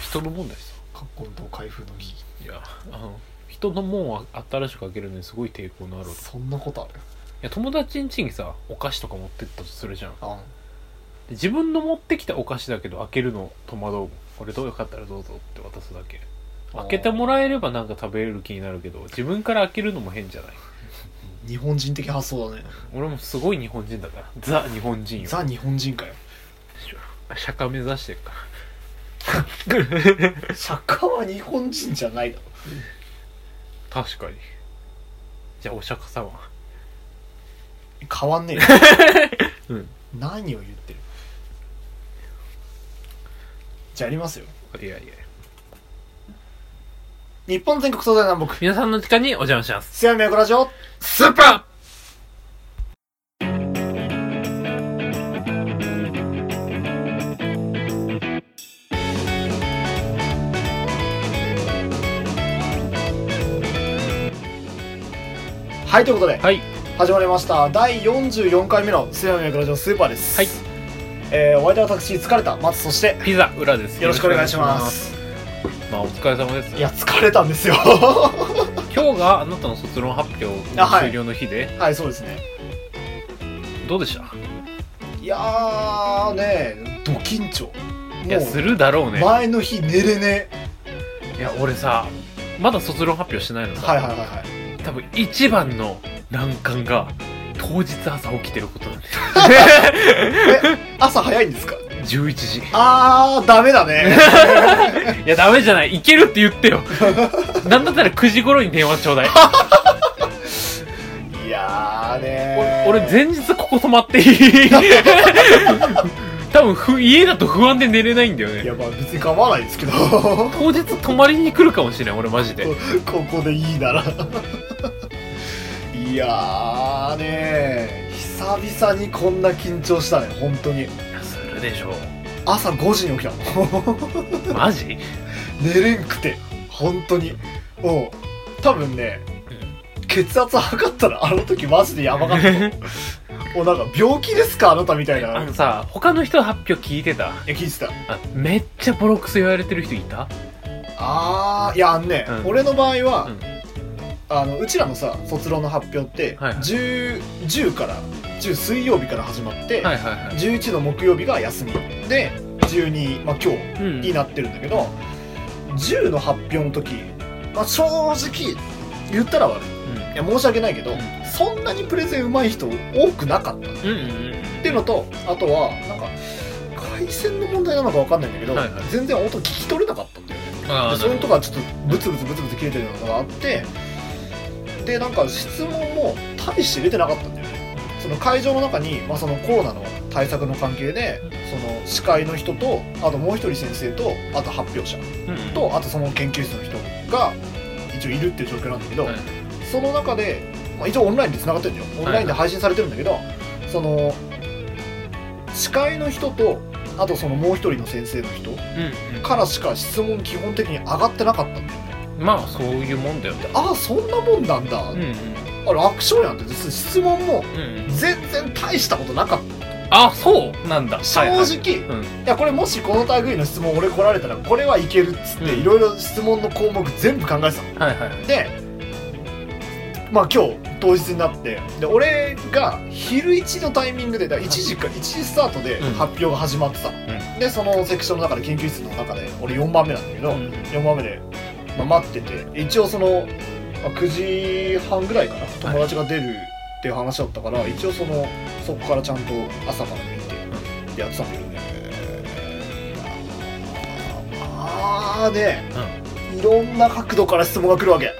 人のもんだしさかっこんと開封の儀いやあの人のもんを新しく開けるのにすごい抵抗のあるいそんなことあるや友達ん家にさお菓子とか持ってったとするじゃんであ自分の持ってきたお菓子だけど開けるの戸惑うもんこれどうよかったらどうぞって渡すだけ開けてもらえればなんか食べれる気になるけど自分から開けるのも変じゃない日本人的発想だね俺もすごい日本人だからザ日本人よザ日本人かよ釈迦目指してるから 作家は日本人じゃないだろ確かにじゃあお釈迦様変わんねえようん何を言ってるじゃあやりますよいやいや日本全国東西南北皆さんの時間にお邪魔しますすやみやこラジオスーパはいということでーはい始まりました第44回目の「すやみやこラジオスーパー」ですはい、えー、お相手は私疲れた松そしてピザ裏ですよろしくお願いしますまあお疲れ様ですいや疲れたんですよ 今日があなたの卒論発表あはい終了の日で、はいそうですねどうでしたいやーねド緊張いやするだろうね前の日寝れねいや俺さまだ卒論発表してないのえさ、はいはいはいはい多分一番の難関が当日朝起きてることなんだよ 朝早いんですか11時あーダメだねいやダメじゃないいけるって言ってよなんだったら9時頃に電話ちょうだい いやーね俺俺前日ここ泊まってい い多分ふ家だと不安で寝れないんだよいねやまあ別に構わないですけど こ当日泊まりに来るかもしれん俺マジでこでいいなら いやーね久々にこんな緊張したね本当にいやするでしょう朝5時に起きたもんマジ 寝れんくて本当におう多分ね血圧測ったらあの時マジでやばかった おなんか病気ですかあなたみたいなあのさ他の人の発表聞いてたえ聞いてたあめっちゃボロクソ言われてる人いたああいやあんね、うん俺の場合は、うんあのうちらのさ卒論の発表って、はいはい 10, 10から10水曜日から始まって、はいはいはい11の木曜日が休みで12、まあ、今うん日になってるんだけど、10の発表の時、まあ、正直言ったら悪いいや申し訳ないけど、うんそんなにプレゼン上手い人多くなかったうんうんうんうんっていうのとあとはなんか回線の問題なのかわかんないんだけど、はいはい全然音聞き取れなかったんだよねあであそういうとこはちょっとブツブツブツブツ切れてるのがあってでなんか質問も大して出てなかったんだよねその会場の中に、まあ、そのコロナの対策の関係でその司会の人とあともう一人先生とあと発表者とあとその研究室の人が一応いるっていう状況なんだけど、はいその中で、まあ、一応オンラインで繋がってるんだよオンラインで配信されてるんだけど、その司会の人とあとそのもう一人の先生の人うんからしか質問基本的に上がってなかったんだよねうんまあそういうもんだよでああそんなもんなんだ、うんうんあれアクションやんって質問もうん全然大したことなかったあそうなんだ正直、はいはいいうんやこれもしこの類の質問俺来られたらこれはいけるっつってうんいろいろ質問の項目全部考えてたのはいはいはいでまあ今日当日になってで俺が昼1のタイミングでだ1時か1時スタートでうん発表が始まってたの、でそのセクションの中で研究室の中で俺4番目なんだけど、うん4番目で、まあ、待ってて一応その、まあ9時半ぐらいかな友達が出るっていう話だったから、一応そのそこからちゃんと朝から見てやってたんだけどねまあね、いろんな角度から質問が来るわけ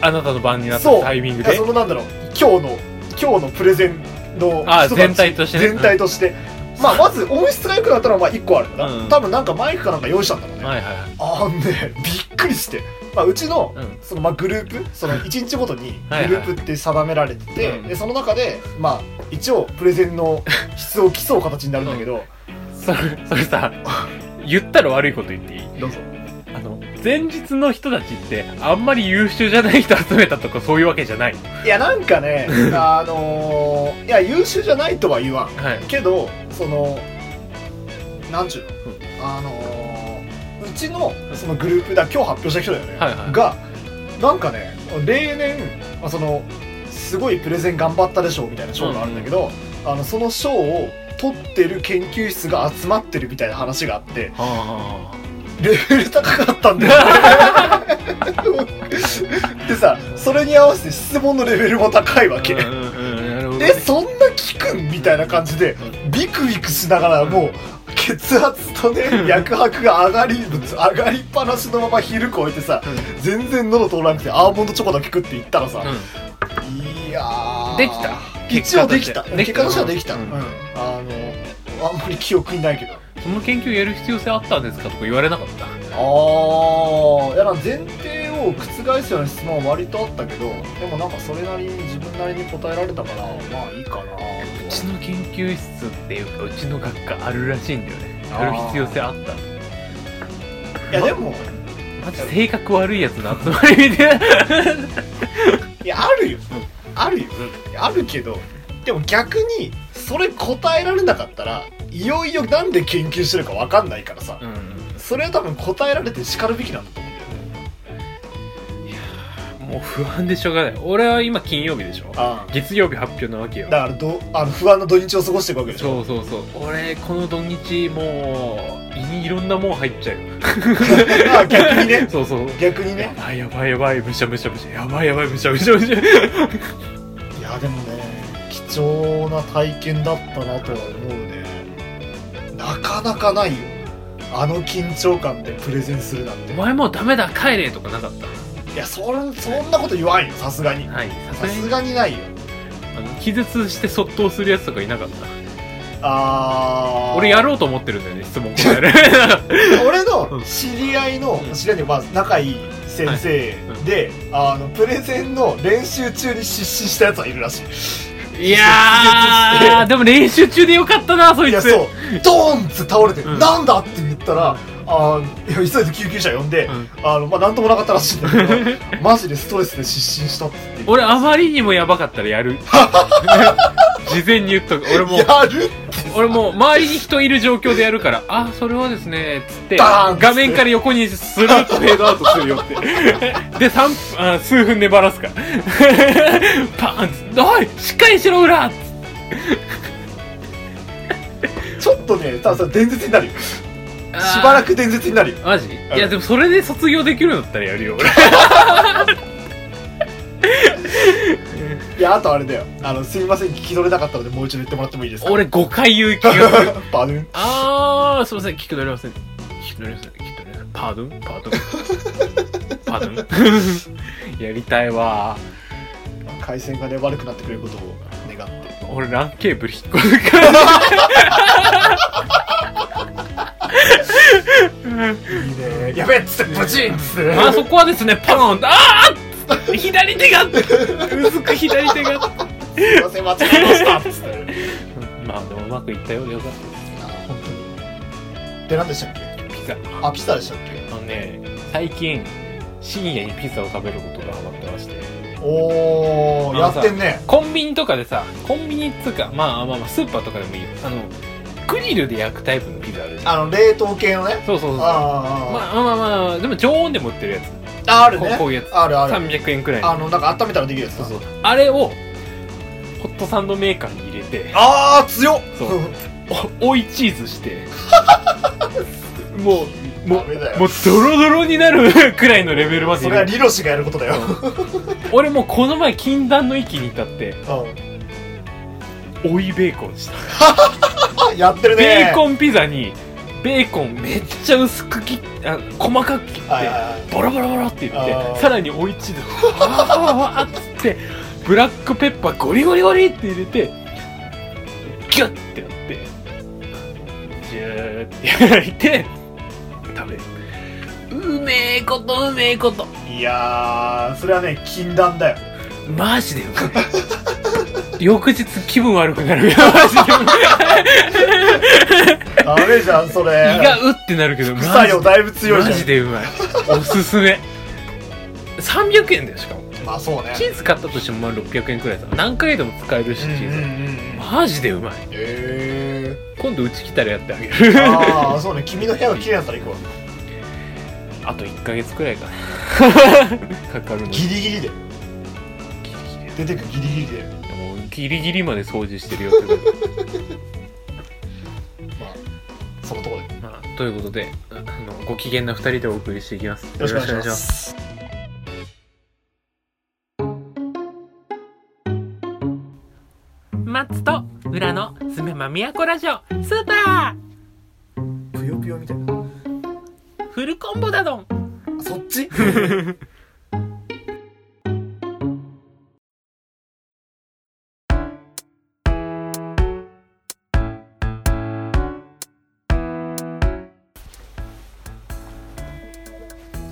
あなたの番になっそたうタイミングいやでそのなんだろう今日の今日のプレゼンのあ人たち全体としてね全体として、まあまず音質が良くなったのはまあ1個あるんだな、うん多分なんかマイクかなんか用意したんだろうね、はいはいはいあんねびっくりして、まあ、うちのうんそのまあグループその1日ごとに はいはいグループって定められてて、うんでその中でまあ一応プレゼンの質を競う形になるんだけ ど、それそれさ言ったら悪いこと言っていいどうぞあの前日の人たちってあんまり優秀じゃない人集めたとかそういうわけじゃないいやなんかねあのーいや優秀じゃないとは言わんはいけどそのなんちゅうの、うんあのーうちのそのグループだ今日発表した人だよね、はいはいがなんかね例年、まあ、そのすごいプレゼン頑張ったでしょうみたいな賞があるんだけど、あのその賞を取ってる研究室が集まってるみたいな話があってあレベル高かったんだよね でさそれに合わせて質問のレベルも高いあわけ、うんうんうんなるほどねえそんな聞くんみたいな感じでビクビクしながらもう血圧とねうん脈拍が上がり上がりっぱなしのまま昼超えてさ全然喉通らなくてアーモンドチョコだけ食って言ったらさ、ういやーできた一応できた結結果果ととししててははででききたた、うんうんあのあんまり記憶にないけどんその研究やる必要性あったんですかとか言われなかったああいやな前提を覆すような質問は割とあったけどでもなんかそれなりに自分なりに答えられたからまあいいかなとうちの研究室っていうかうちの学科あるらしいんだよねあーやる必要性あったいやでもマジ性格悪いやつの集まりみたいないやあるよ、あるよ、あるけどでも逆にそれ答えられなかったらいよいよなんで研究してるか分かんないからさ、うんそれは多分答えられて叱るべきなんだと思うんだよねもう不安でしょうがない俺は今金曜日でしょあ月曜日発表なわけよだからどあの不安の土日を過ごしていくわけでしょそうそうそう俺この土日もう胃にいろんなもん入っちゃうよ あ逆にねそうそう逆にやねばいやばいやばいむしゃむしゃむしゃやばいやばいむしゃむしゃむしゃいやでもね貴重な体験だったなとは思うねなかなかないよあの緊張感でプレゼンするなんてお前もうダメだ帰れとかなかったいやそんそんなこと言わんよさすがにはいさすさがにすがにないよあの気絶して卒倒するやつとかいなかったあー俺やろうと思ってるんだよね質問答える俺うんの知り合いのうん知り合いでまあ仲いい先生で、あのプレゼンの練習中に失神したやつはいるらしいやーでも練習中でよかったなそいいいやつそうドーンって倒れて、うんなんだって言ったら、あーいや急いで救急車呼んで、うんあのまあなんともなかったらしいんだけ どマジでストレスで失神したっつって俺あまりにもやばかったらやる事前に言っとく俺もうやるって俺もう周りに人いる状況でやるから「あそれはですね」っつってバーンっつって画面から横にスルッとフェードアウトするよって で三分あ数分粘らすから パーンっつって「おいしっかりしろ裏!」っつってちょっとねただそれ伝説になるよしばらくく伝説になるよマジいやでもそれで卒業できるんだったらやるよ 俺いやあとあれだよあのすみません聞き取れなかったのでもう一度言ってもらってもいいですか俺5回言う気がする バドゥンあーすいません聞き取れません聞き取れません聞き取れませんパードゥンパードゥン パードゥン やりたいわ回線がね悪くなってくれることを願って俺ランケーブル引っこ抜かいいねやべえっつってブチンっつって あそこはですねパーンああ左手が薄く左手がすいません間違えましたっつってまあでもうまくいったようでよかっあ本当にで何でしたっけたピザあピザでしたっけあのね最近深夜にピザを食べることがハマってましておーやってんねコンビニとかでさコンビニっつうかまあまあまあスーパーとかでもいいよあのグリルで焼くタイプのピザあるじゃんあの冷凍系のねそうそうそうまああまあまあまあでも常温でも売ってるやつーああるこうねこういうやつあるある300円くらいのあのなんか温めたらできるやつそうだそうあれをホットサンドメーカーに入れてあー強っそうお追いチーズしてもうもダメだうよもうドロドロになる くらいのレベルまでそ入れはれるリロシがやることだよ俺もうこの前禁断の域に至ってうん追いベーコンした、あやってるねベーコンピザにベーコンめっちゃ薄く切っあ細かく切ってはいはいはいボロボロボロって言っあてーさらに追いチーズわーわーわーっつってブラックペッパーゴリゴリゴリって入れてギュッてやってジューって焼いて食べるうめえことうめえこといやーそれはね禁断だよマジでうまい翌日気分悪くなるけどマジでうまいダメじゃんそ れ胃がうってなるけど副作用だいぶ強いじマゃジでうまいおすすめ300円だよしかもんまあそうねチーズ買ったとしてもまあ600円くらいさ何回でも使えるしチーズ、うんうんうんマジでうまいへえ今度うち来たらやってあげるああそうね君の部屋が綺麗だったら行くわあと1ヶ月くらいかな かかるのギリギリギでリ出てくギリギリでギリもうギリギリまで掃除してるよってことまあそのところでまあ、ということで、あのご機嫌な二人でお送りしていきます。よろしくお願いします松と裏のすめまみやこラジオ、スーパぷよぷよみたいなーフルコンボだどんあそっち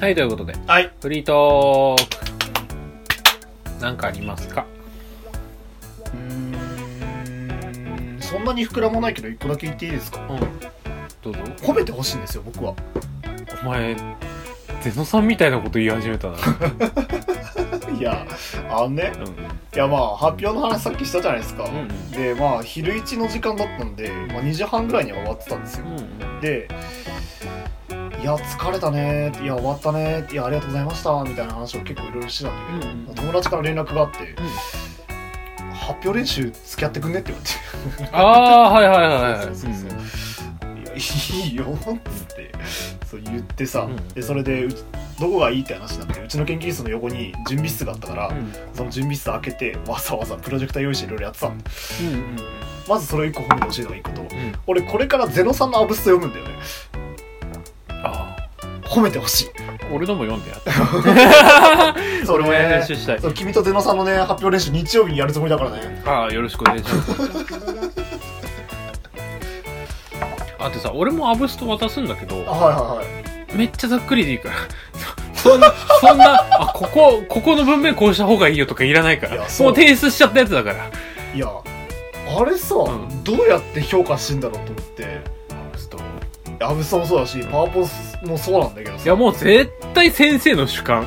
はい、ということで、はいフリートーク。なんかありますかうーんそんなに膨らまないけど一個だけ言っていいですかうん。どうぞ。褒めてほしいんですよ僕は お前、ゼノさんみたいなこと言い始めたな。いやあのねうん。いやまあ発表の話さっきしたじゃないですか、うん。でまあ昼一の時間だったんで、まあ、2時半ぐらいには終わってたんですようん。で「いや疲れたね」いや終わったね」いやありがとうございました」みたいな話を結構いろいろしてたんだけど、うん友達から連絡があって「発表練習付き合ってくんね」って言われてああ、はいはいはいはい。そうそうそうそう いやいいよっつってそう言ってさ、うんでそれでうちどこがいいって話になってうちの研究室の横に準備室があったから、うその準備室開けてわざわざプロジェクター用意していろいろやってたのん。うん。うん。まずそれを1個褒めてほしいのがいいことうん。俺これからゼノさんのアブスト読むんだよねあ褒めてほしいあ、俺のも読んでやった。それ俺も練習したいそう君とゼノさんのね発表練習日曜日にやるつもりだからねああ、よろしくお願いします。あってさ、俺もアブスト渡すんだけあど、はいはいはいめっちゃざっくりでいいから。そそんな、そんな、あ、ここ、ここの文面こうした方がいいよとかいらないかいら。やそうもう提出しちゃったやつだから。いやあれさ、うんどうやって評価してんだろうと思ってアブスト。アブストもそうだしパワポもそうなんだけどさいや、もう絶対先生の主観。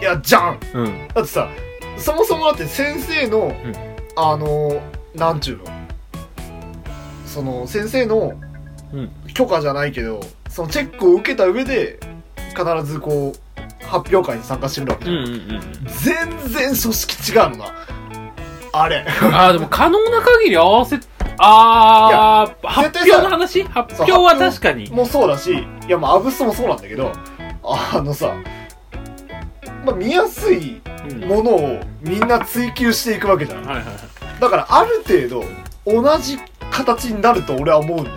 いやじゃんうん。だってさそもそもだって先生の、んあのなんちゅうのその先生のうん許可じゃないけど、そのチェックを受けた上で必ずこう発表会に参加してくるわけうじゃんうん、んうん。全然組織違うのなあれああ、でも可能な限り合わせ、ああ、発表の話発表は確かに。もうそうだしいやまあアブストもそうなんだけどあのさ、まあ、見やすいうんものをみんな追求していくわけじゃんはいはいはい。だからある程度同じ形になると俺は思うんだよ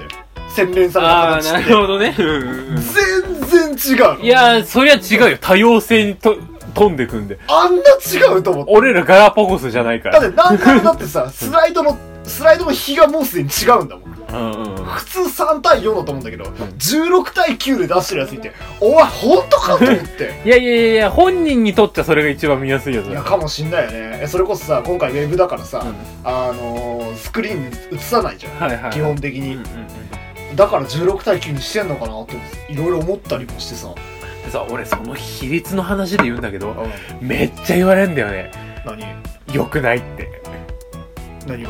洗練さああ、れたな形っるてほどね。 うんうんうん全然違うのいやー、そりゃ違うよ。多様性にと飛んでくんで。あんな違うと思って俺らガラパゴスじゃないかだっら。て何回もだってさスライドのスライドの比がもうすでに違うんだもんうんうんうん。普通3対4だと思うんだけど16対9で出してるやついておい本当かと思っ ていやいやいやいや、本人にとっちゃそれが一番見やすいやついだや。かもしんないよねえそれこそさ今回ウェブだからさ、うんあのー、スクリーンに映さないじゃんはいはい。基本的うんうにんうん。だから16対9にしてんのかなといろいろ思ったりもしてさ、でさ、俺その比率の話で言うんだけど、めっちゃ言われんだよね。何良くないって。何が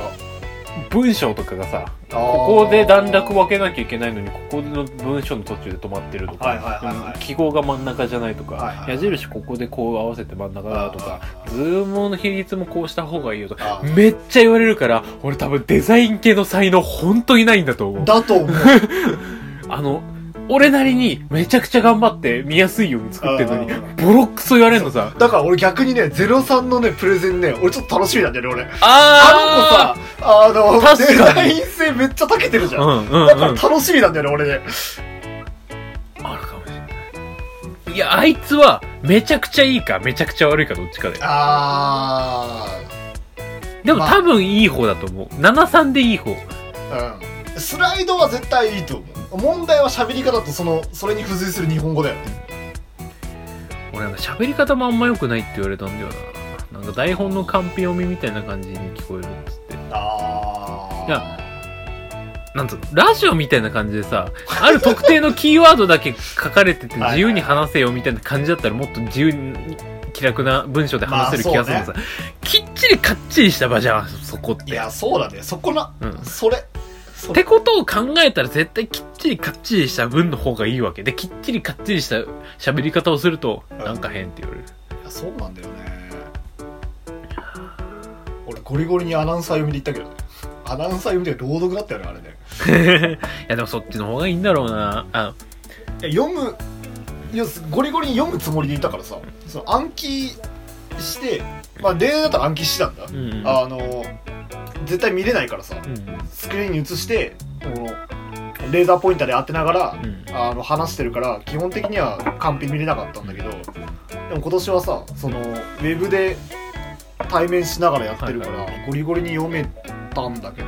文章とかがさ、こここで段落分けなきゃいけないのに、ここの文章の途中で止まってるとか。はいはいはいはい記号が真ん中じゃないとか、はいはいはい矢印ここでこう合わせて真ん中だとか、あズームの比率もこうした方がいいよとかあ、ーめっちゃ言われるから、俺多分デザイン系の才能本当いないんだと思う。だと 思うあの、俺なりにめちゃくちゃ頑張って見やすいように作ってるのにあー、ボロックソ言われんのさ。だから俺逆にね03のねプレゼンね俺ちょっと楽しみなんだよね俺ああの子さあの確かデにザイン性めっちゃ長けてるじゃん、うんうんうん。だから楽しみなんだよね俺ねあるかもしれない。いや、あいつは、めちゃくちゃいいか、めちゃくちゃ悪いか、どっちかで。あでもまあ多分いい方だと思う。73でいい方。あうんスライドは絶対いいと思う問題は喋り方とそのそれに付随する日本語だよね俺なんか喋り方もあんま良くないって言われたんだよな。なんか台本のカンペ読みみたいな感じに聞こえるっつって。あいやなんつうのラジオみたいな感じでさ、ある特定のキーワードだけ書かれててはいはい自由に話せよみたいな感じだったらもっと自由に気楽な文章で話せる気がするのさ、きっちりかっちりした場じゃん、そこって。いやそうだねそこなうん。それそってことを考えたら絶対きっちりかっちりした文の方がいいわけできっちりかっちりした喋り方をするとんなんか変って言われるいやそうなんだよね俺ゴリゴリにアナウンサー読みで言ったけどねアナウンサー読みで朗読だったよねあれね いやでもそっちの方がいいんだろうなあいや読むいやゴリゴリに読むつもりでいたからさその暗記してまあ例題だったら暗記してたんだ、うんうんあの絶対見れないからさうんスクリーンに映してこのレーザーポインターで当てながらうんあの話してるから基本的には完璧見れなかったんだけどでも今年はさそのウェブで対面しながらやってるから、はいゴリゴリに読めたんだけど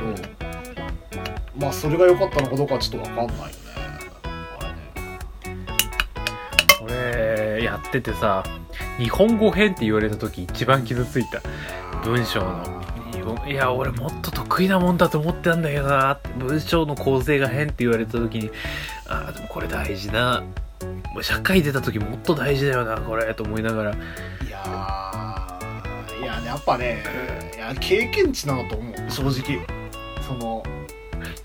まあそれが良かったのかどうかはちょっと分かんないよねあ俺やっててさ日本語編って言われた時一番傷ついたれね文章の日本いや俺もっと得意なもんだと思ってたんだけどなって文章の構成が変って言われた時にああでもこれ大事なもう社会出た時もっと大事だよなこれと思いながらいやーいややっぱねいや経験値なのと思う正直その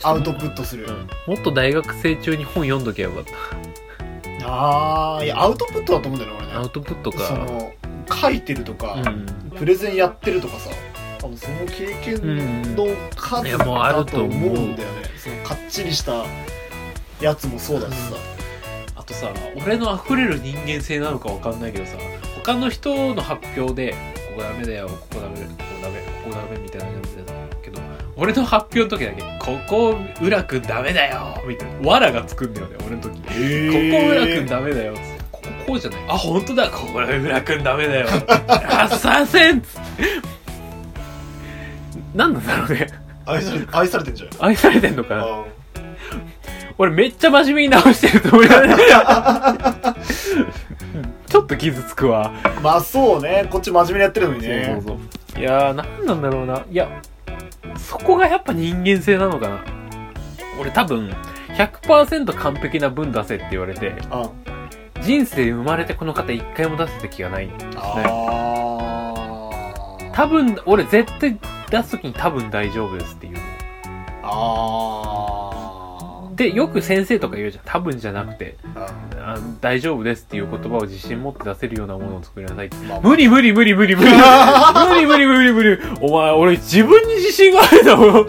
アウトプットする、うんもっと大学生中に本読んどきゃよかっああいやアウトプットだと思うんだよねた俺アねウトプットそかの書いてるとか、うんプレゼンやってるとかさ多分その経験のうん数いやもうあだるとと思思ううんだよねそのかっちりしたやつもそうだしさ、あとさ俺の溢れる人間性なのかわかんないけどさ他の人の発表でここダメだよここダメだよここダメここダメみたいな感じだったけど俺の発表の時だけここ浦君ダメだよみたいなわらがつくんだよね俺の時ここえ浦君ダメだよっつってこここうじゃないあ本当だここ浦君ダメだよ あさせんっつってなんなんだろうね愛され愛されてんじゃん愛されてんのかなあ俺めっちゃ真面目に直してると思いながらちょっと傷つくわーまあそうねこっち真面目にやってるのにねそうそうそういやー何なんだろうないやそこがやっぱ人間性なのかな俺多分100%完璧な分出せって言われてあ人生生まれてこの方一回も出せた気がないあー多分俺絶対出す時に多分大丈夫ですっていうあーでよく先生とか言うじゃん多分じゃなくてああの大丈夫ですっていう言葉を自信持って出せるようなものを作りなさいってまあ無理無理無理無理無理無理無理無理無理お前、俺自分に自信があるだろ。100%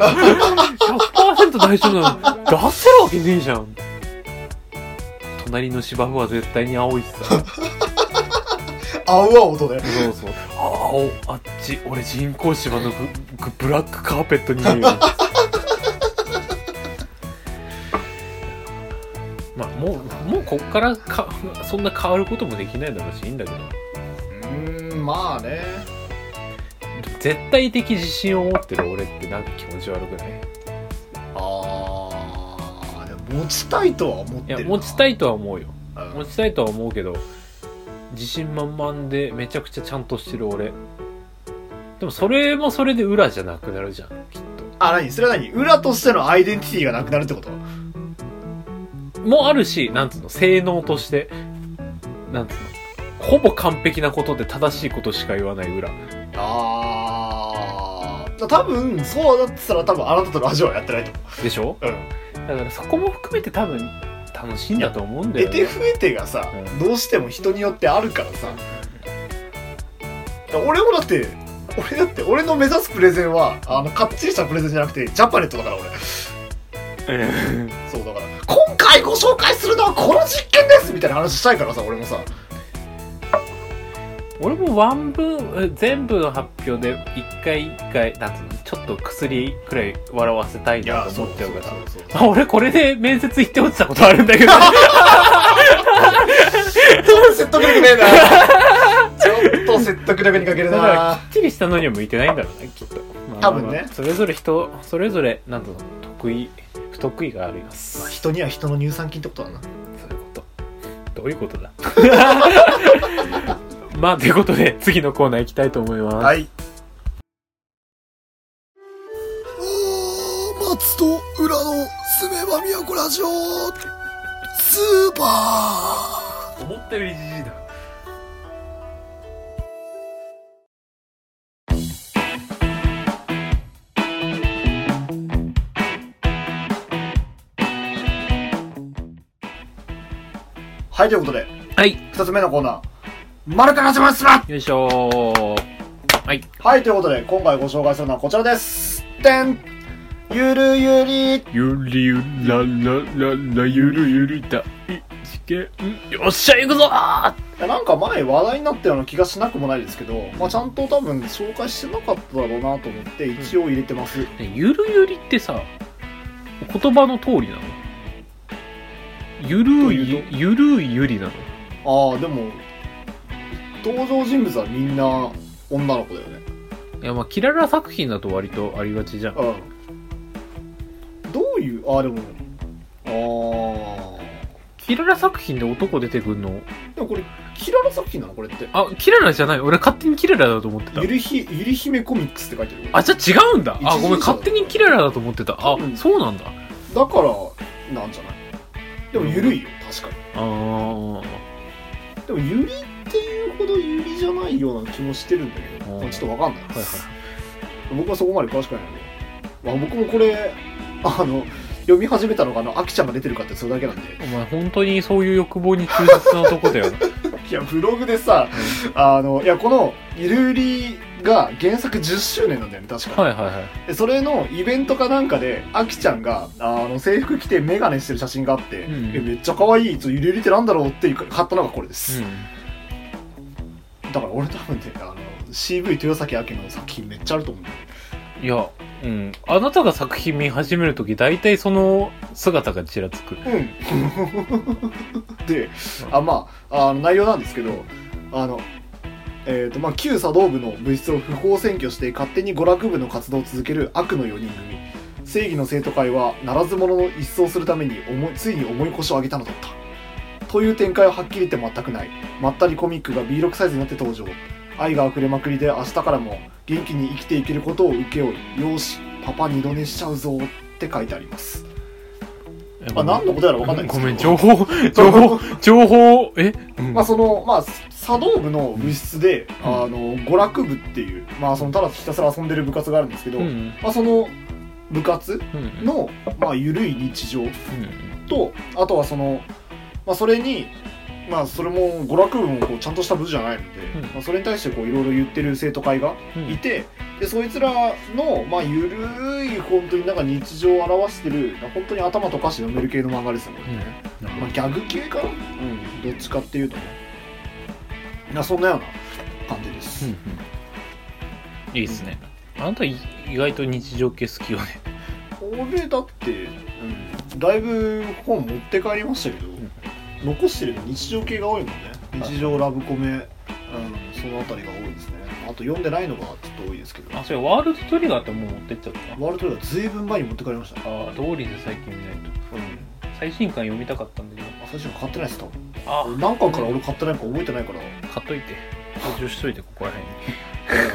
大丈夫なの。出せるわけねえじゃん。隣の芝生は絶対に青いっすさ。あうあ音でそうそう。あ、青、あっち、俺人工芝のブブラックカーペットに見える。まあ、もう、もうこっからか、そんな変わることもできないだろうし、いいんだけど。うんまあね絶対的自信を持ってる俺ってなんか気持ち悪くないああでも持ちたいとは思っいてるやな持ちたいとは思うようん持ちたいとは思うけど自信満々でめちゃくちゃちゃんとしてる俺でもそれもそれで裏じゃなくなるじゃんきっあ、何それは何裏としてのアイデンティティがなくなるってことともあるしなんつうの性能としてなんつうのほぼ完璧なことで正しいことしか言わない裏ああ。多分、そうだったら多分あなたとラジオはやってないと思でしょう。うん。だからそこも含めて多分楽しいんだと思うんだ得よ、てね、増えてがさ、うんどうしても人によってあるからさ。俺もだって、俺だって、俺の目指すプレゼンは、あの、かっちりしたプレゼンじゃなくて、ジャパネットだから俺。うんそうだから、今回ご紹介するのはこの実験ですみたいな話したいからさ、俺もさ。俺もワン分全部の発表で一回一回なんつうのちょっと薬くらい笑わせたいなと思っちゃうからそうそうあ俺これで面接行って落ちたことあるんだ けどちょっと説得力ね えな。ちょっと説得力に欠けるだからなき。っちりしたのには向いてないんだろうねきっと、まあ多分ねまあまあそれぞれ人それぞれなんと得意不得意があります、まあ、人には人の乳酸菌ってことだな。そういうことどういうことだ まあということで次のコーナー行きたいと思います、い。松と裏のすめば都ラジオスーパ思ったよりじじいだはい、ということで、はい。二つ目のコーナー、マルカの島島よいしょー。はい。はい、ということで、今回ご紹介するのはこちらです。てんゆるゆりゆりゆららららゆるゆるだい事件よっしゃ行くぞーなんか前話題になったような気がしなくもないですけど、まあ、ちゃんと多分紹介してなかっただろうなと思って、一応入れてます。ゆるゆりってさ言葉の通りなのゆどるういいうゆるいゆりなのああ、でも、登場人物はみんな女の子だよね。いやまあキララ作品だと割とありがちじゃんうん。どういう、ああ、でも、ああ。キララ作品で男出てくんのでもこれ、キララ作品なのこれって。あキララじゃない俺勝手にキララだと思ってたゆりひ、ゆり姫コミックスって書いてる。あじゃあ違うんだあ一時ごめん以上勝手にキララだと思ってたあ多分そうなんだだから、なんじゃないでも、ゆるいよ、確かに。あーでもユリっていうほどユリじゃないような気もしてるんだけど、うんちょっとわかんないはいはい僕はそこまで詳しくないので、まあ、僕もこれあの読み始めたのがあのアキちゃんが出てるかってそれだけなんでお前本当にそういう欲望に忠実なとこだ よないやブログでさあのいやこのゆるゆりが原作10周年なんだよね確か、はいはいはいでそれのイベントかなんかでアキちゃんがあの制服着てメガネしてる写真があって、うんえめっちゃ可愛いちょゆるゆりってなんだろうっていうか買ったのがこれです、うだから俺多分ねあの CV 豊崎明の作品めっちゃあると思うんだよんいやうんあなたが作品見始める時大体その姿がちらつくうん、 であまああの内容なんですけどあのえーとまあ、旧茶道部の部室を不法占拠して勝手に娯楽部の活動を続ける悪の4人組正義の生徒会はならず者を一掃するために思いついに重い腰を上げたのだったという展開ははっきり言って全くないまったりコミックが B6 サイズになって登場愛が溢れまくりで明日からも元気に生きていけることを請け負いよーしパパ二度寝しちゃうぞって書いてあります、まあ、何のことやら分かんないんですごけどめん情報 情報情報え、うんまあそのまあ茶道部の部室で、うんあの娯楽部っていうまあそのただひたすら遊んでる部活があるんですけど、うんまあその部活うんのまあ緩い日常うんとあとはそのまあそれにまあそれも娯楽部もこうちゃんとした部じゃないので、うんまあそれに対してこういろいろ言ってる生徒会がうんいて、でそいつらのまあゆるい本当になんか日常を表してる本当に頭と歌詞読める系の漫画ですよね。うんまあ、ギャグ系かな、うん、どっちかっていうとねいやそんなような感じです、いいっすねあなたい意外と日常系好きよね俺だって、うん、だいぶ本持って帰りましたけど、ん残してるの日常系が多いもんねはい日常ラブコメ、うん、そのあたりが多いですねあと読んでないのがちょっと多いですけどあそれワールドトリガーってもう持ってっちゃったワールドではずいぶん前に持って帰りましたね、ああ通りで最近見ないとうん、最新刊読みたかったんだけどあ最初買ってないです多分あ俺何巻から俺買ってないか覚えてないから買っといて補充しといてここら辺に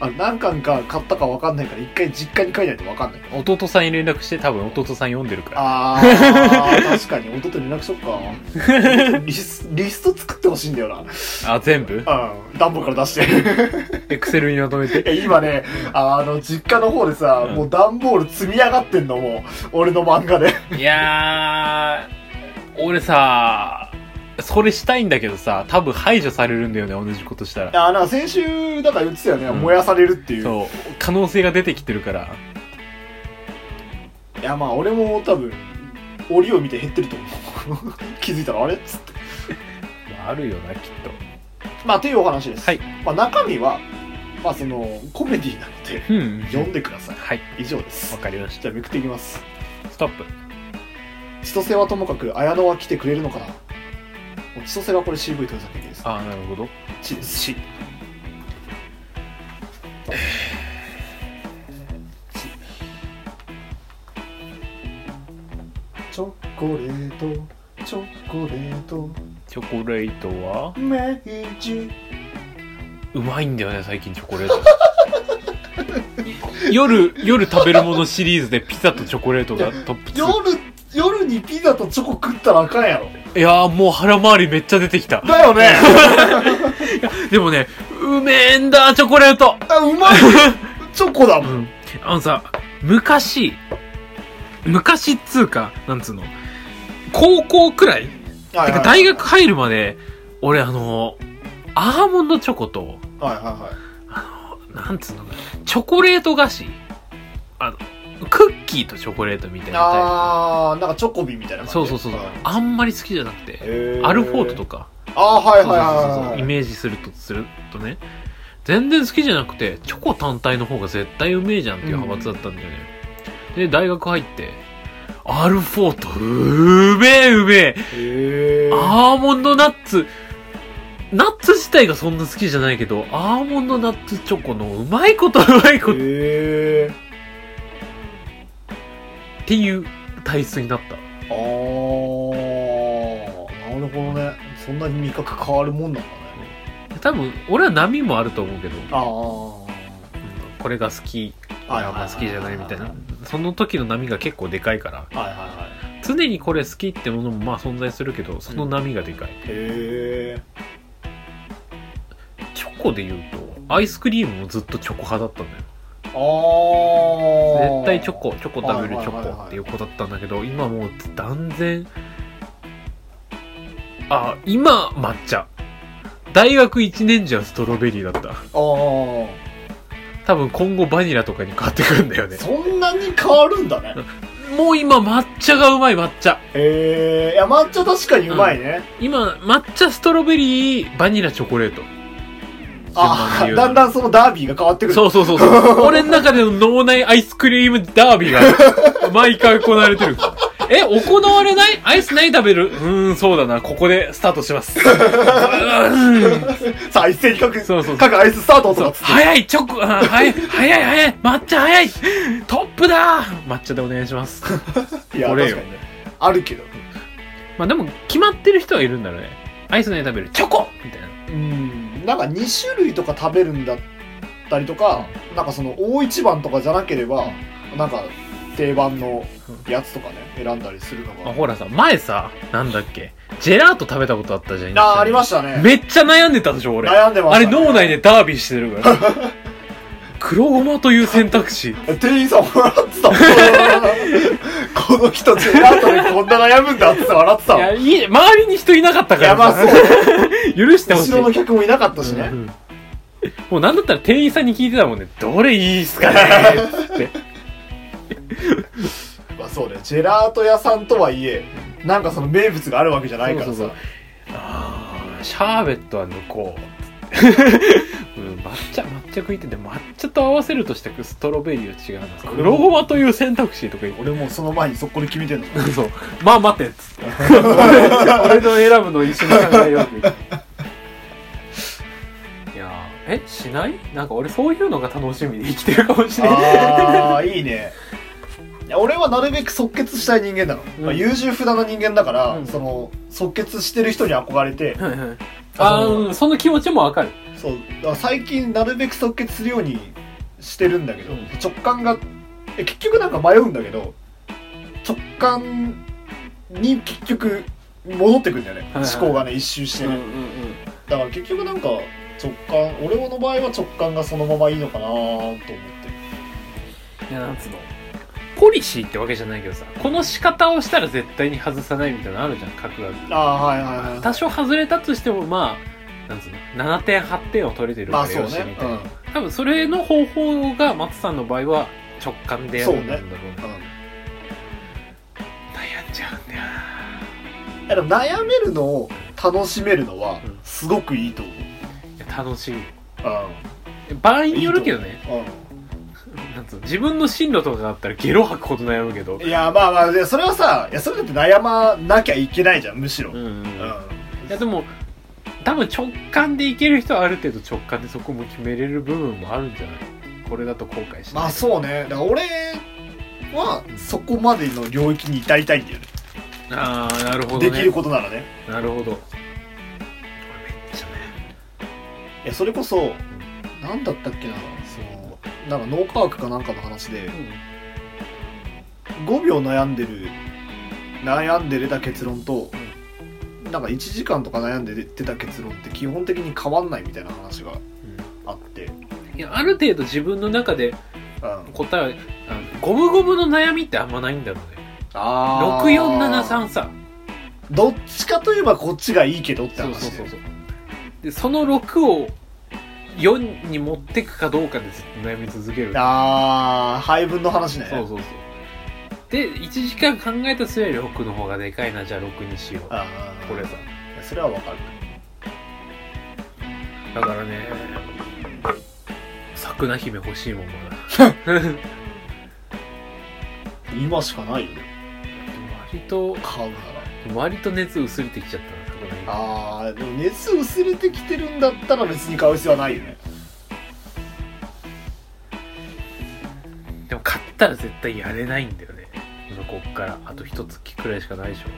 あ何巻か買ったか分かんないから一回実家に帰らないと分かんない弟さんに連絡して多分弟さん読んでるから あー確かに弟と連絡しとくかリスリスト作ってほしいんだよなあ全部うん暖房から出して エクセルにまとめてえ今ねあの実家の方でさ、うんもう段ボール積み上がってんのもう俺の漫画でいやー俺さそれしたいんだけどさ多分排除されるんだよね同じことしたら あなんか先週だから言ってたよね、うん燃やされるっていうそう可能性が出てきてるからいやまあ俺も多分折を見て減ってると思う 気づいたらあれっつってまああるよなきっまあというお話です、はいまあ、中身はまあそのコメディなのでとうん読んでくださいはい以上ですわかりましじゃあめくっていきますたストップ千歳はともかく綾乃は来てくれるのかなもう千歳はこれ CV 豊崎ですああなるほどちです しチョコレートチョコレートチョコレートは明治うまいんだよね最近チョコレー ト夜夜食べるものシリーズでピザとチョコレートがトップ2夜夜にピザとチョコ食ったらあかんやろいやーもう腹回りめっちゃ出てきただよねでもねうめえんだチョコレート あう まいチョコだうもんんあのさ昔昔っつうかなんつうの高校くらいはいてか大学入るまで、俺あの、アーモンドチョコと、はいはいはいなんつうのチョコレート菓子あの、クッキーとチョコレートみたいなタイあーなんかチョコビみたいな感プ。じそうそうそう。あんまり好きじゃなくて。アルフォートとかか、ああはいそうそはいうはいそうはそうイいはいメージするとするとね。全然好きじゃなくて、チョコ単体の方が絶対うめえじゃんっていう派閥だったんだよね。で、大学入って、アルフォート、うめえうめえへーアーモンドナッツ、ナッツ自体がそんな好きじゃないけど、アーモンドナッツチョコのうまいことうまいことっへーていう体質になった。あーなるほどねそんなに味覚変わるもんなんだね多分、俺は波もあると思うけど、ああこれが好き、これはいはいがはい好きじゃないみたいは。ないその時の波が結構でかいから、はいは常にこれ好きってものもまあ存在するけど、その波がでかい。いへえチョコで言うと、アイスクリームもずっとチョコ派だったんだよ。ああ絶対チョコチョコ食べるチはいはいはいョはコいっていう子だったんだけど今もう断然あ今抹茶大学1年時はストロベリーだったああ多分今後バニラとかに変わってくるんだよねそんなに変わるんだねもう今抹茶がうまい抹茶へえいや抹茶確かにうまいね、今抹茶ストロベリーバニラチョコレートあ順番に言うだんだんそのダービーが変わってくるそうそうそうそう俺の中での脳内アイスクリームダービーが毎回行われてるえ行われないアイス何食べるうーんそうだなここでスタートしますうーんさあ一斉に各そうそう各アイススタートとかっつって早いチョコあー早い早い早い抹茶早いトップだ抹茶でお願いしますいやこれよ確かにねあるけどまあでも決まってる人はいるんだろうねアイス何食べるチョコみたいなうんなんか2種類とか食べるんだったりとか、なんかその大一番とかじゃなければ、なんか定番のやつとかね選んだりするのあが、ほらさ前さなんだっけジェラート食べたことあったじゃんああありまししたねめっちゃ悩んでたでしょ俺悩んでまあしれた、ね、脳内でダービーしてるから黒ごまという選択肢店員さん笑ってた もんこの人ジェラートでこんな悩むんだっつって笑ってたいもんやいい周りに人いなかったいかやらばさ そう許してほしい後ろの客もいなかったしね、うんもうなんだったら店員さんに聞いてたもんねどれいいっすかねつってまあそうねジェラート屋さんとはいえなんかその名物があるわけじゃないからそさうそうあーシャーベットは抜こう、うん、抹茶抹茶食いてて抹茶と合わせるとしてストロベリーは違うな黒ごまという選択肢とか言って俺もうその前にそこで決めてんのそうまあ待てっつって俺の選ぶの一緒に考えようみたいないやーえしないなんか俺そういうのが楽しみで生きてるかもしれないああいいねいや俺はなるべく即決したい人間なの、うんまあ、優柔不断な人間だから、うんその即決してる人に憧れてはいはいあーうんその気持ちもわかるそうだから最近なるべく即決するようにしてるんだけど、うん直感がえ結局なんか迷うんだけど直感に結局戻ってくるんだよね、はいはい思考がね一周してね、だから結局なんか直感俺の場合は直感がそのままいいのかなと思っていやなんつうのポリシーってわけじゃないけどさこの仕方をしたら絶対に外さないみたいなのあるじゃん格学ああはいはいはい多少外れたとしてもまあなんつうの7点8点を取れてるまかあらそうよしねみたいな、多分それの方法が松さんの場合は直感でやるんだろうなうん、うん悩んじゃうんだよいやでも悩めるのを楽しめるのはうんすごくいいと思う、な楽しいうん場合によるけどねうなんつうの自分の進路とかだったらゲロ吐くほど悩むけどん、いやまあまあいやそれはさいやそれだって悩まなきゃいけないじゃんむしろ、ううんんうん、ういやでも多分直感でいける人はある程度直感でそこも決めれる部分もあるんじゃないこれだと後悔しないまあそうねだから俺はそこまでの領域に至りたいんだよねああなるほど、ね、できることならねなるほどこれめっちゃねいやそれこそ何だったっけなそのなんか脳科学かなんかの話で5秒悩んでる悩んで出た結論と、なんか1時間とか悩んで出た結論って基本的に変わんないみたいな話があって、うん、うんいやある程度自分の中で答えあのゴムゴムの悩みってあんまないんだろうねあー6473さどっちかといえばこっちがいいけどってそう話そうそうそうでその6を4に持ってくかどうかでずっと悩み続けるあー配分の話ねそうそうそうで1時間考えた末より6の方がでかいなじゃあ6にしようあーこれさそれはわかるだからね桜姫欲しいもんな今しかないよね割と買うなら割と熱薄れてきちゃったな桜姫あーでも熱薄れてきてるんだったら別に買う必要はないよねでも勝ったら絶対やれないんだよね今こっからあと一月くらいしかないでしょ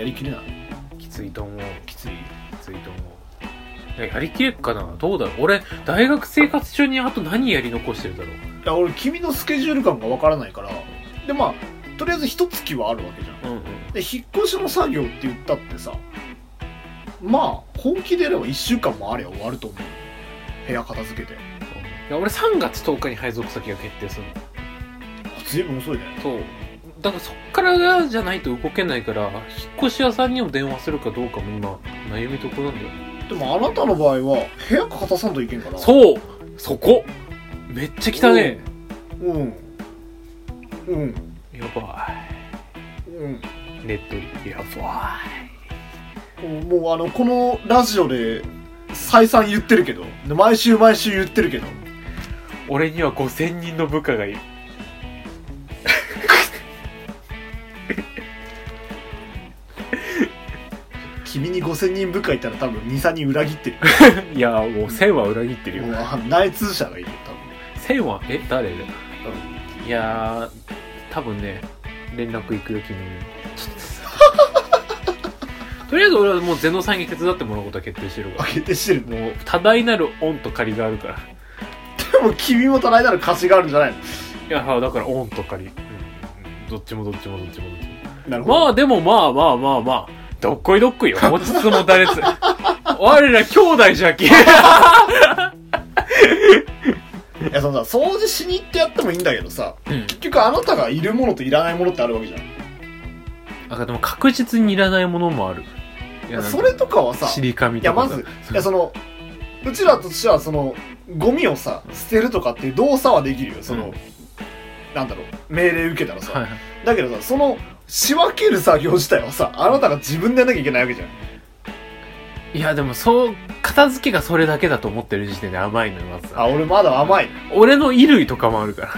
やりきれないきついと思うきついきついと思ういややりきれっかなどうだろう俺大学生活中にあと何やり残してるだろういや俺君のスケジュール感がわからないからでまあとりあえず一月はあるわけじゃんうんうんで引っ越しの作業って言ったってさまあ本気でやれば1週間もあれば終わると思う部屋片付けていや俺3月10日に配属先が決定するの随分遅いねそうだからそっからがじゃないと動けないから引っ越し屋さんにも電話するかどうかも今悩みどころなんだよねでもあなたの場合は部屋片さんといけんからうそうそこめっちゃ来たねうんうんやばうんいネットにやばもうもうあのこのラジオで再三言ってるけどで毎週毎週言ってるけどい俺には5000人の部下がいる君に5000人部下いたら多分23人裏切ってるいやもう1000は裏切ってるよもうあ内通者がいる多分1000はえ誰だいやー多分ね連絡行くよ君 にとりあえず俺はもうゼノさんに手伝ってもらうことは決定してるから開けてしてるもう多大なる恩と借りがあるからでも君もたらいなる価値があるんじゃないのいやだから恩と借り、うん、どっちもどっちもどっちもどっちなるもまあでもまあまあまあまあどっこいどっ こいよ持ちつ持たれつ我ら兄弟じゃきいやそのさ掃除しに行ってやってもいいんだけどさうん結局あなたがいるものといらないものってあるわけじゃんあでも確実にいらないものもあるいなんかそれとかはさシいリカミやとかまさずいやそのうちらとしてはそのゴミをさ捨てるとかっていう動作はできるよその、うんなんだろう命令受けたらさ、はいはいだけどさその仕分ける作業自体はさあなたが自分でやんなきゃいけないわけじゃんいやでもそう片付けがそれだけだと思ってる時点で甘いのよまずあ俺まだ甘い俺の衣類とかもあるから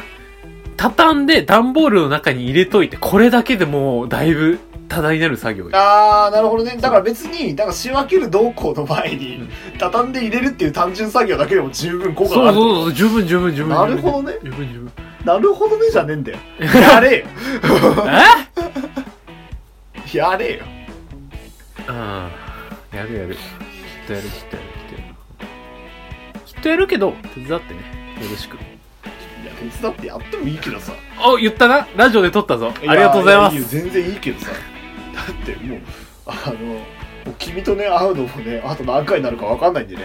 畳んで段ボールの中に入れといてこれだけでもうだいぶ多大なる作業よあーなるほどねだから別にだから仕分ける動向の前に、うん畳んで入れるっていう単純作業だけでも十分効そう果があそうるとそう十分十分十分なるほどね十分十分なるほどねじゃね えんだよやれよえやれようんやるやるきっとやるきっとやるきっとやるきっとやるけど手伝ってねよろしくいや手伝ってやってもいいけどさあ言ったなラジオで撮ったぞありがとうございますややよ全然いいけどさだってもうあのもう君とね会うのもねあと何回になるか分かんないんでね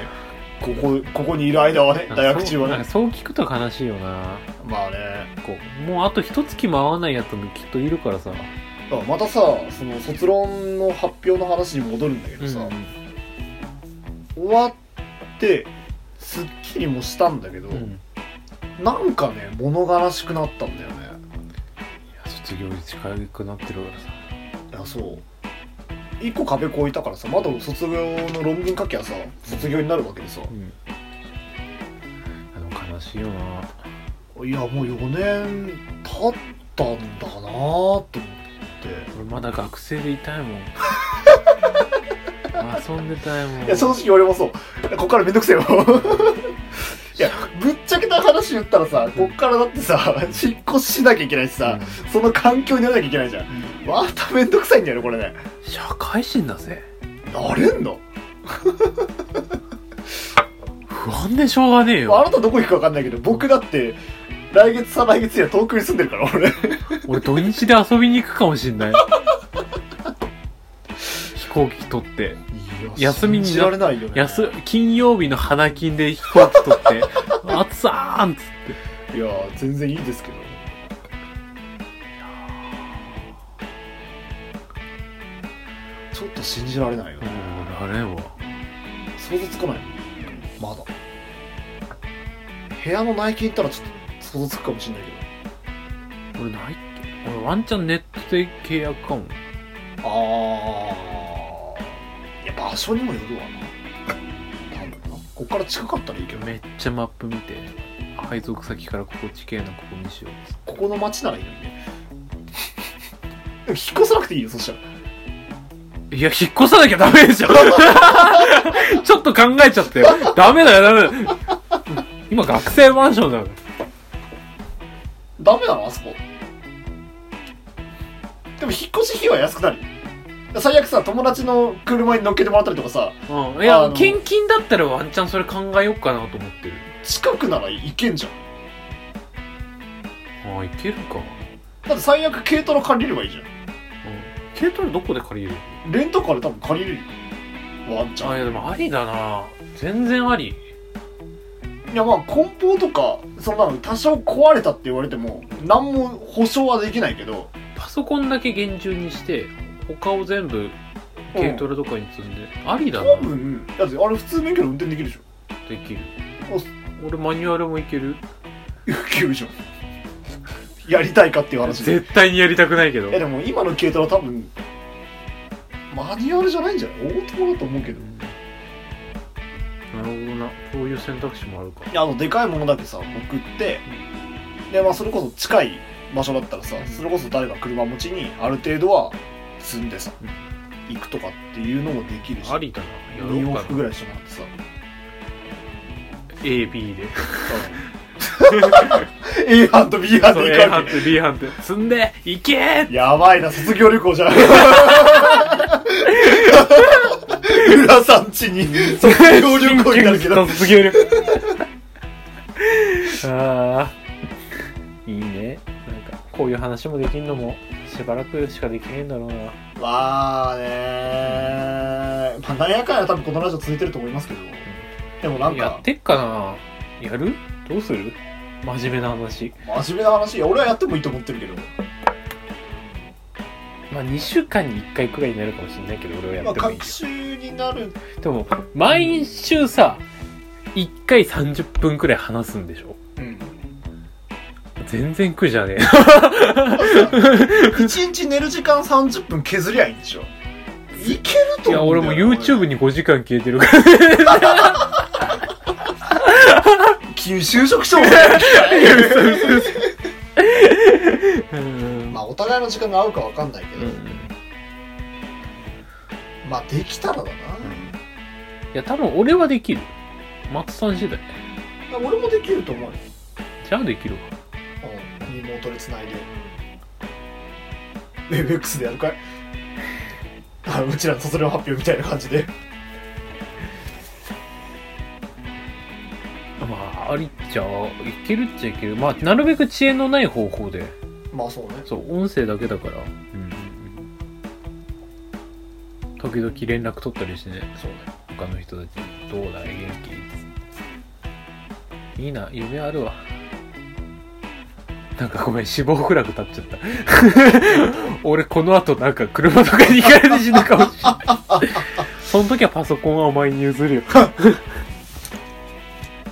ここここにいる間はなねんか大学中そうはなんねかそう聞くと悲しいよなまあねこうもうあと一月も合わないやつもきっといるからさ、だからまたさその卒論の発表の話に戻るんだけどさ、終わってすっきりもしたんだけど、うん、いなんかね物悲しくなったんだよねや卒業に近くなってるからさいやそう一個壁越えたからさまだ卒業の論文書きゃさ卒業になるわけでさうんあの悲しいよないやもう4年経ったんだなと思って俺まだ学生でいたい もん遊んでたいもんいや正直俺もそうここっからめんどくせえよ いやぶっちゃけた話言ったらさこっからだってさ引っ越ししなきゃいけないしさ、その環境にならなきゃいけないじゃんうんまためんどくさいんだよねこれね社会人だぜなれんの不安でしょうがねえまああよなたどこ行くか分かんないけど僕だって来月再来月には東京に住んでるから俺俺土日で遊びに行くかもしん ない飛行機取って休みにな信じられないよね安金曜日の花金で飛行機取って「 あっさーん」っつっていや全然いいですけど信じられないよ、うんあれは想像つかないまだ部屋の内見行ったらちょっと想像つくかもしれない俺ないっけ俺ワンチャンネットで契約かもけどああいや場所にもよるわな多分なこっから近かったらいいけどねめっちゃマップ見て配属先からここ地形のここにしようここの町ならいいのにね でも引っ越さなくていいよそしたらいや引っ越さなきゃダメでしょ ちょっと考えちゃったよダメだよダメだよ今学生マンションだよダメなのあそこでも引っ越し費は安くなるよ最悪さ友達の車に乗っけてもらったりとかさうん、いあやの献金だったらワンチャンそれ考えようかなと思ってる近くなら行けんじゃんああいけるか、だって最悪軽トラ借りればいいじゃうん、軽トラどこで借りるんレンタカーで多分借りれるよワンちゃあんいやでもありだな全然ありいやまあ梱包とかそんなの多少壊れたって言われても何も保証はできないけどパソコンだけ厳重にして他を全部軽トラとかに積んで、ありだな多分だってあれ普通免許で運転できるでしょ できるお俺マニュアルもいける受けるじゃんやりたいかっていう話で絶対にやりたくないけどえでも今の軽トラ多分マニュアルじゃないんじゃないオートマだと思うけどなるほどなそういう選択肢もあるかいやあのでかいものだけさ送ってで、まあ、それこそ近い場所だったらさそれこそ誰か車持ちにある程度は積んでさうん行くとかっていうのもできるしありだなやろう2往か復ぐらいしてもらってさ AB で A 班と B 班そうで A 行くわ判定 B 判定積んでいけーけやばいな卒業旅行じ ゃん 浦さん家に卒業旅行にな るけど突撃ああいいねなんかこういう話もできんのもしばらくしかできねえんだろうなまあねまあ、なんやかんや多分このラジオ続いてると思いますけどでもなんやかってっかなやるどうする真面目な話真面目な話いや俺はやってもいいと思ってるけど、まあ2週間に1回くらいになるかもしれないけど俺はやまっあ、てもいいよ各週になるでも毎週さ1回30分くらい話すんでしょうん全然苦じゃねえ1日寝る時間30分削りゃいいんでしょいける といや思う俺んもだよな YouTube に5時間消えてるか ら急就 職してもらえるうんまあお互いの時間が合うか分かんないけうど、んまあできたらだな、いや、多分俺はできる。松さん次第。俺もできると思うよ、じゃあできるわ。うん、リモートでつないで WebX でやるかいあうちらの卒業発表みたいな感じでまあ、ありっちゃ、いけるっちゃいける。まあ、なるべく遅延のない方法で。まあそうねそう、音声だけだから。時々連絡取ったりしてね。そうね。他の人たちに、どうだい元気いいな、夢あるわ。なんかごめん、死亡フラグ立っちゃ った。俺この後なんか車とかに行かれて死ぬかもしれない。その時はパソコンはお前に譲 るよ。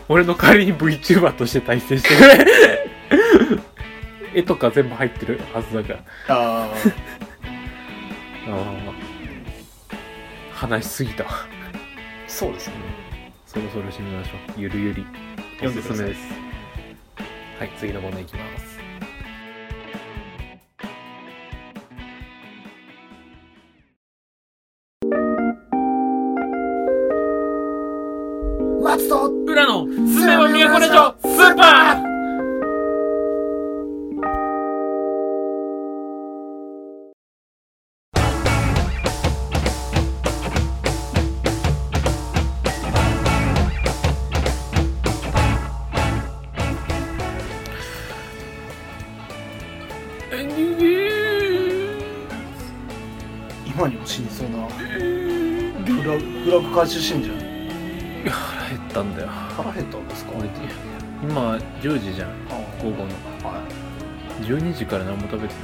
俺の代わりに VTuber として対戦してく れ。絵とか全部入ってるはずだから。あーああ。話しすぎたわ。そうですねそろそろ締めましょう。ゆるゆり。お読んですくすださいめです。はい、次の問題いきます。松戸裏のすすめば都ラジオスーパー今にも死にそうなフラフラグ回収してんじゃん腹減ったんだよ腹減ったんですか俺今10時じゃんあ午後のーは12時から何も食べてない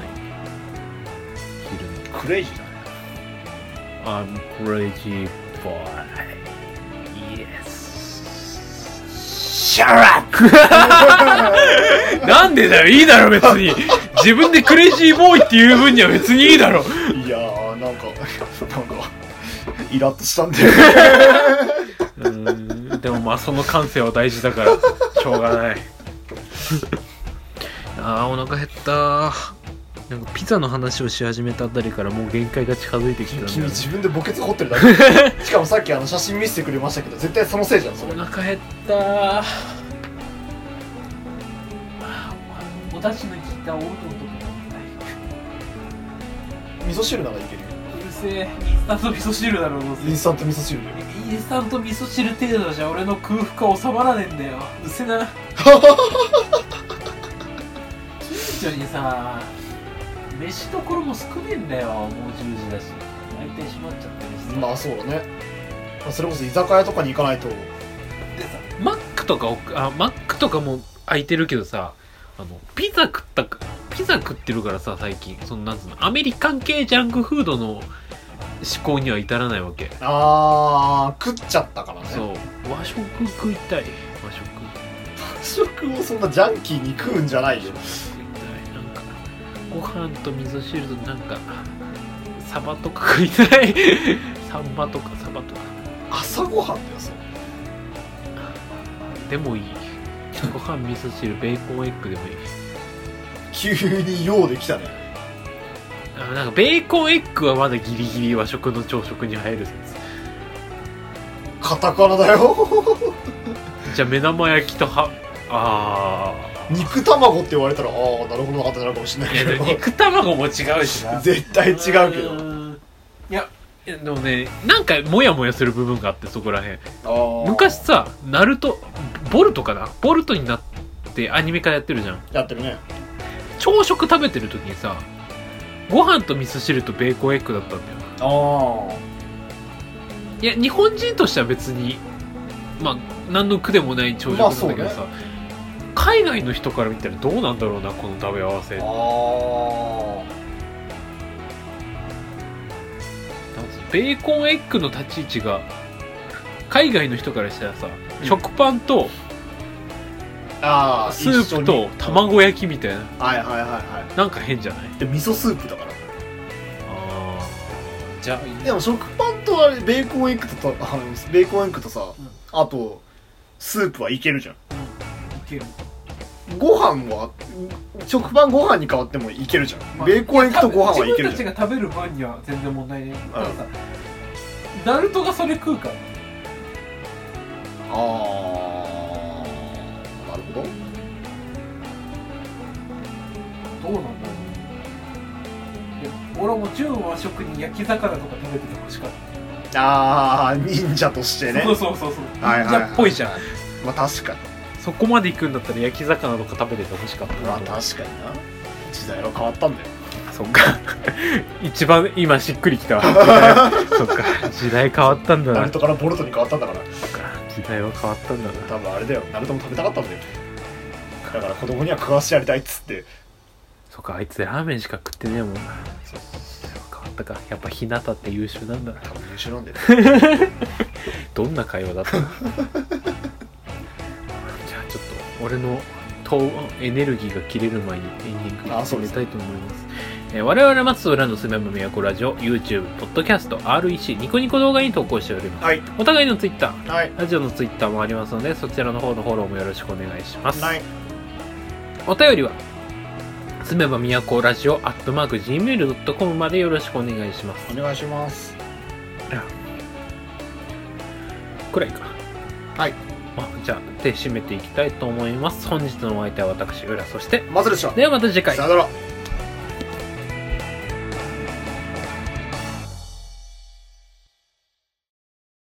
昼のいクレイジーだね I'm crazy boy. Yes. Shut up! なんでだよ、いいだろ別に。自分でクレイジーボーイっていう分には別にいいだろ。いやーなんかなんかイラッとしたんだよねうーんでもまあその感性は大事だからしょうがないあーお腹減ったなんかピザの話をし始めたあたりからもう限界が近づいてきてたんだ君よ、ね、自分で墓穴掘ってるだけしかもさっきあの写真見せてくれましたけど絶対そのせいじゃんそれお腹減ったーお出汁の効いたおうどんとか飲みたい味噌汁ならいけるようるせえインスタント味噌汁だろどうインスタント味噌汁だよインスタント味噌汁程度じゃ俺の空腹は収まらねえんだようせな近所にさ飯どころも少ねえんだよもう10時だし大体閉まっちゃってるしさ、まあそうだねまあそれこそ居酒屋とかに行かないとでさマックとかおあマックとかも空いてるけどさあのピザ食ったかピザ食ってるからさ最近そのなんつうのアメリカン系ジャンクフードの思考には至らないわけあー食っちゃったからねそう和食食いたい和食食をそんなジャンキーに食うんじゃないよなんかご飯と味噌汁となんかサバとか食いたいサンマとかサバとか朝ごはんだよそでれもいいご飯味噌汁ベーコンエッグでもいい急に用できたねあなんかベーコンエッグはまだギリギリ和食の朝食に入る説カタカナだよ じゃあ目玉焼きとはあ肉卵って言われたらああなるほどなかったなるかもしれなーいいやけでども肉卵も違うしな絶対違うけうどーんいやいやでもねなんかモヤモヤする部分があってそこらへんあー昔さナルトボルトかなボルトになってアニメ化やってるじゃんやってるね朝食食べてる時にさご飯と味噌汁とベーコンエッグだったんだよああいや日本人としては別にまあ何の苦でもない朝食なんだけどさ、海外の人から見たらどうなんだろうなこの食べ合わせあなんつあうのベーコンエッグの立ち位置が海外の人からしたらさ、うん食パンとああスープと卵焼きみたいなはいはいはいはなんか変じゃないいで味噌スープだからあーじゃあでも食パンとあれベーコンエッグととあのベーコンエッグとさ、うんあとスープはいけるじゃんいけるご飯は食パンご飯に変わってもいけるじゃまんあベーコンエッグとご飯はいける自じゃん分たちが食べる分には全然問題ないたださナルトがそれ食うからああなるほどどうなんだろういや俺はもう純和食に焼き魚とか食べててほしかった、ああ忍者としてねそうそうそうそうはいはいはい忍者っぽいじゃんまあ確かにそこまで行くんだったら焼き魚とか食べててほしかったまあ確かにな時代は変わったんだよそっか 一番今しっくりきた わそっか時代変わったんだナなルとトからボルトに変わったんだからか時代は変わったんだな多分あれだよナルトも食べたかったんだよだから子供には食わしてやりたいっつってそっかあいつラーメンしか食ってねえもんな時代は変わったかやっぱ日向って優秀なんだな多分優秀なんだよどんな会話だ ったのじゃあちょっと俺のとエネルギーが切れる前にエンディングあ始そうでめすたいと思いますえー我々松浦のすめむみやこラジオ YouTube、ポッドキャスト、REC、ニコニコ動画に投稿しております。はいお互いの Twitter、はいラジオの Twitter もありますので、そちらの方のフォローもよろしくお願いします。ないお便りは、すめばみやこラジオ、アットマーク、gmail.com までよろしくお願いしますお。願いしますくらいかはいまあ、じゃあ手締めていきたいと思います本日のお相手は私浦そしてまずでしたではまた次回さよなら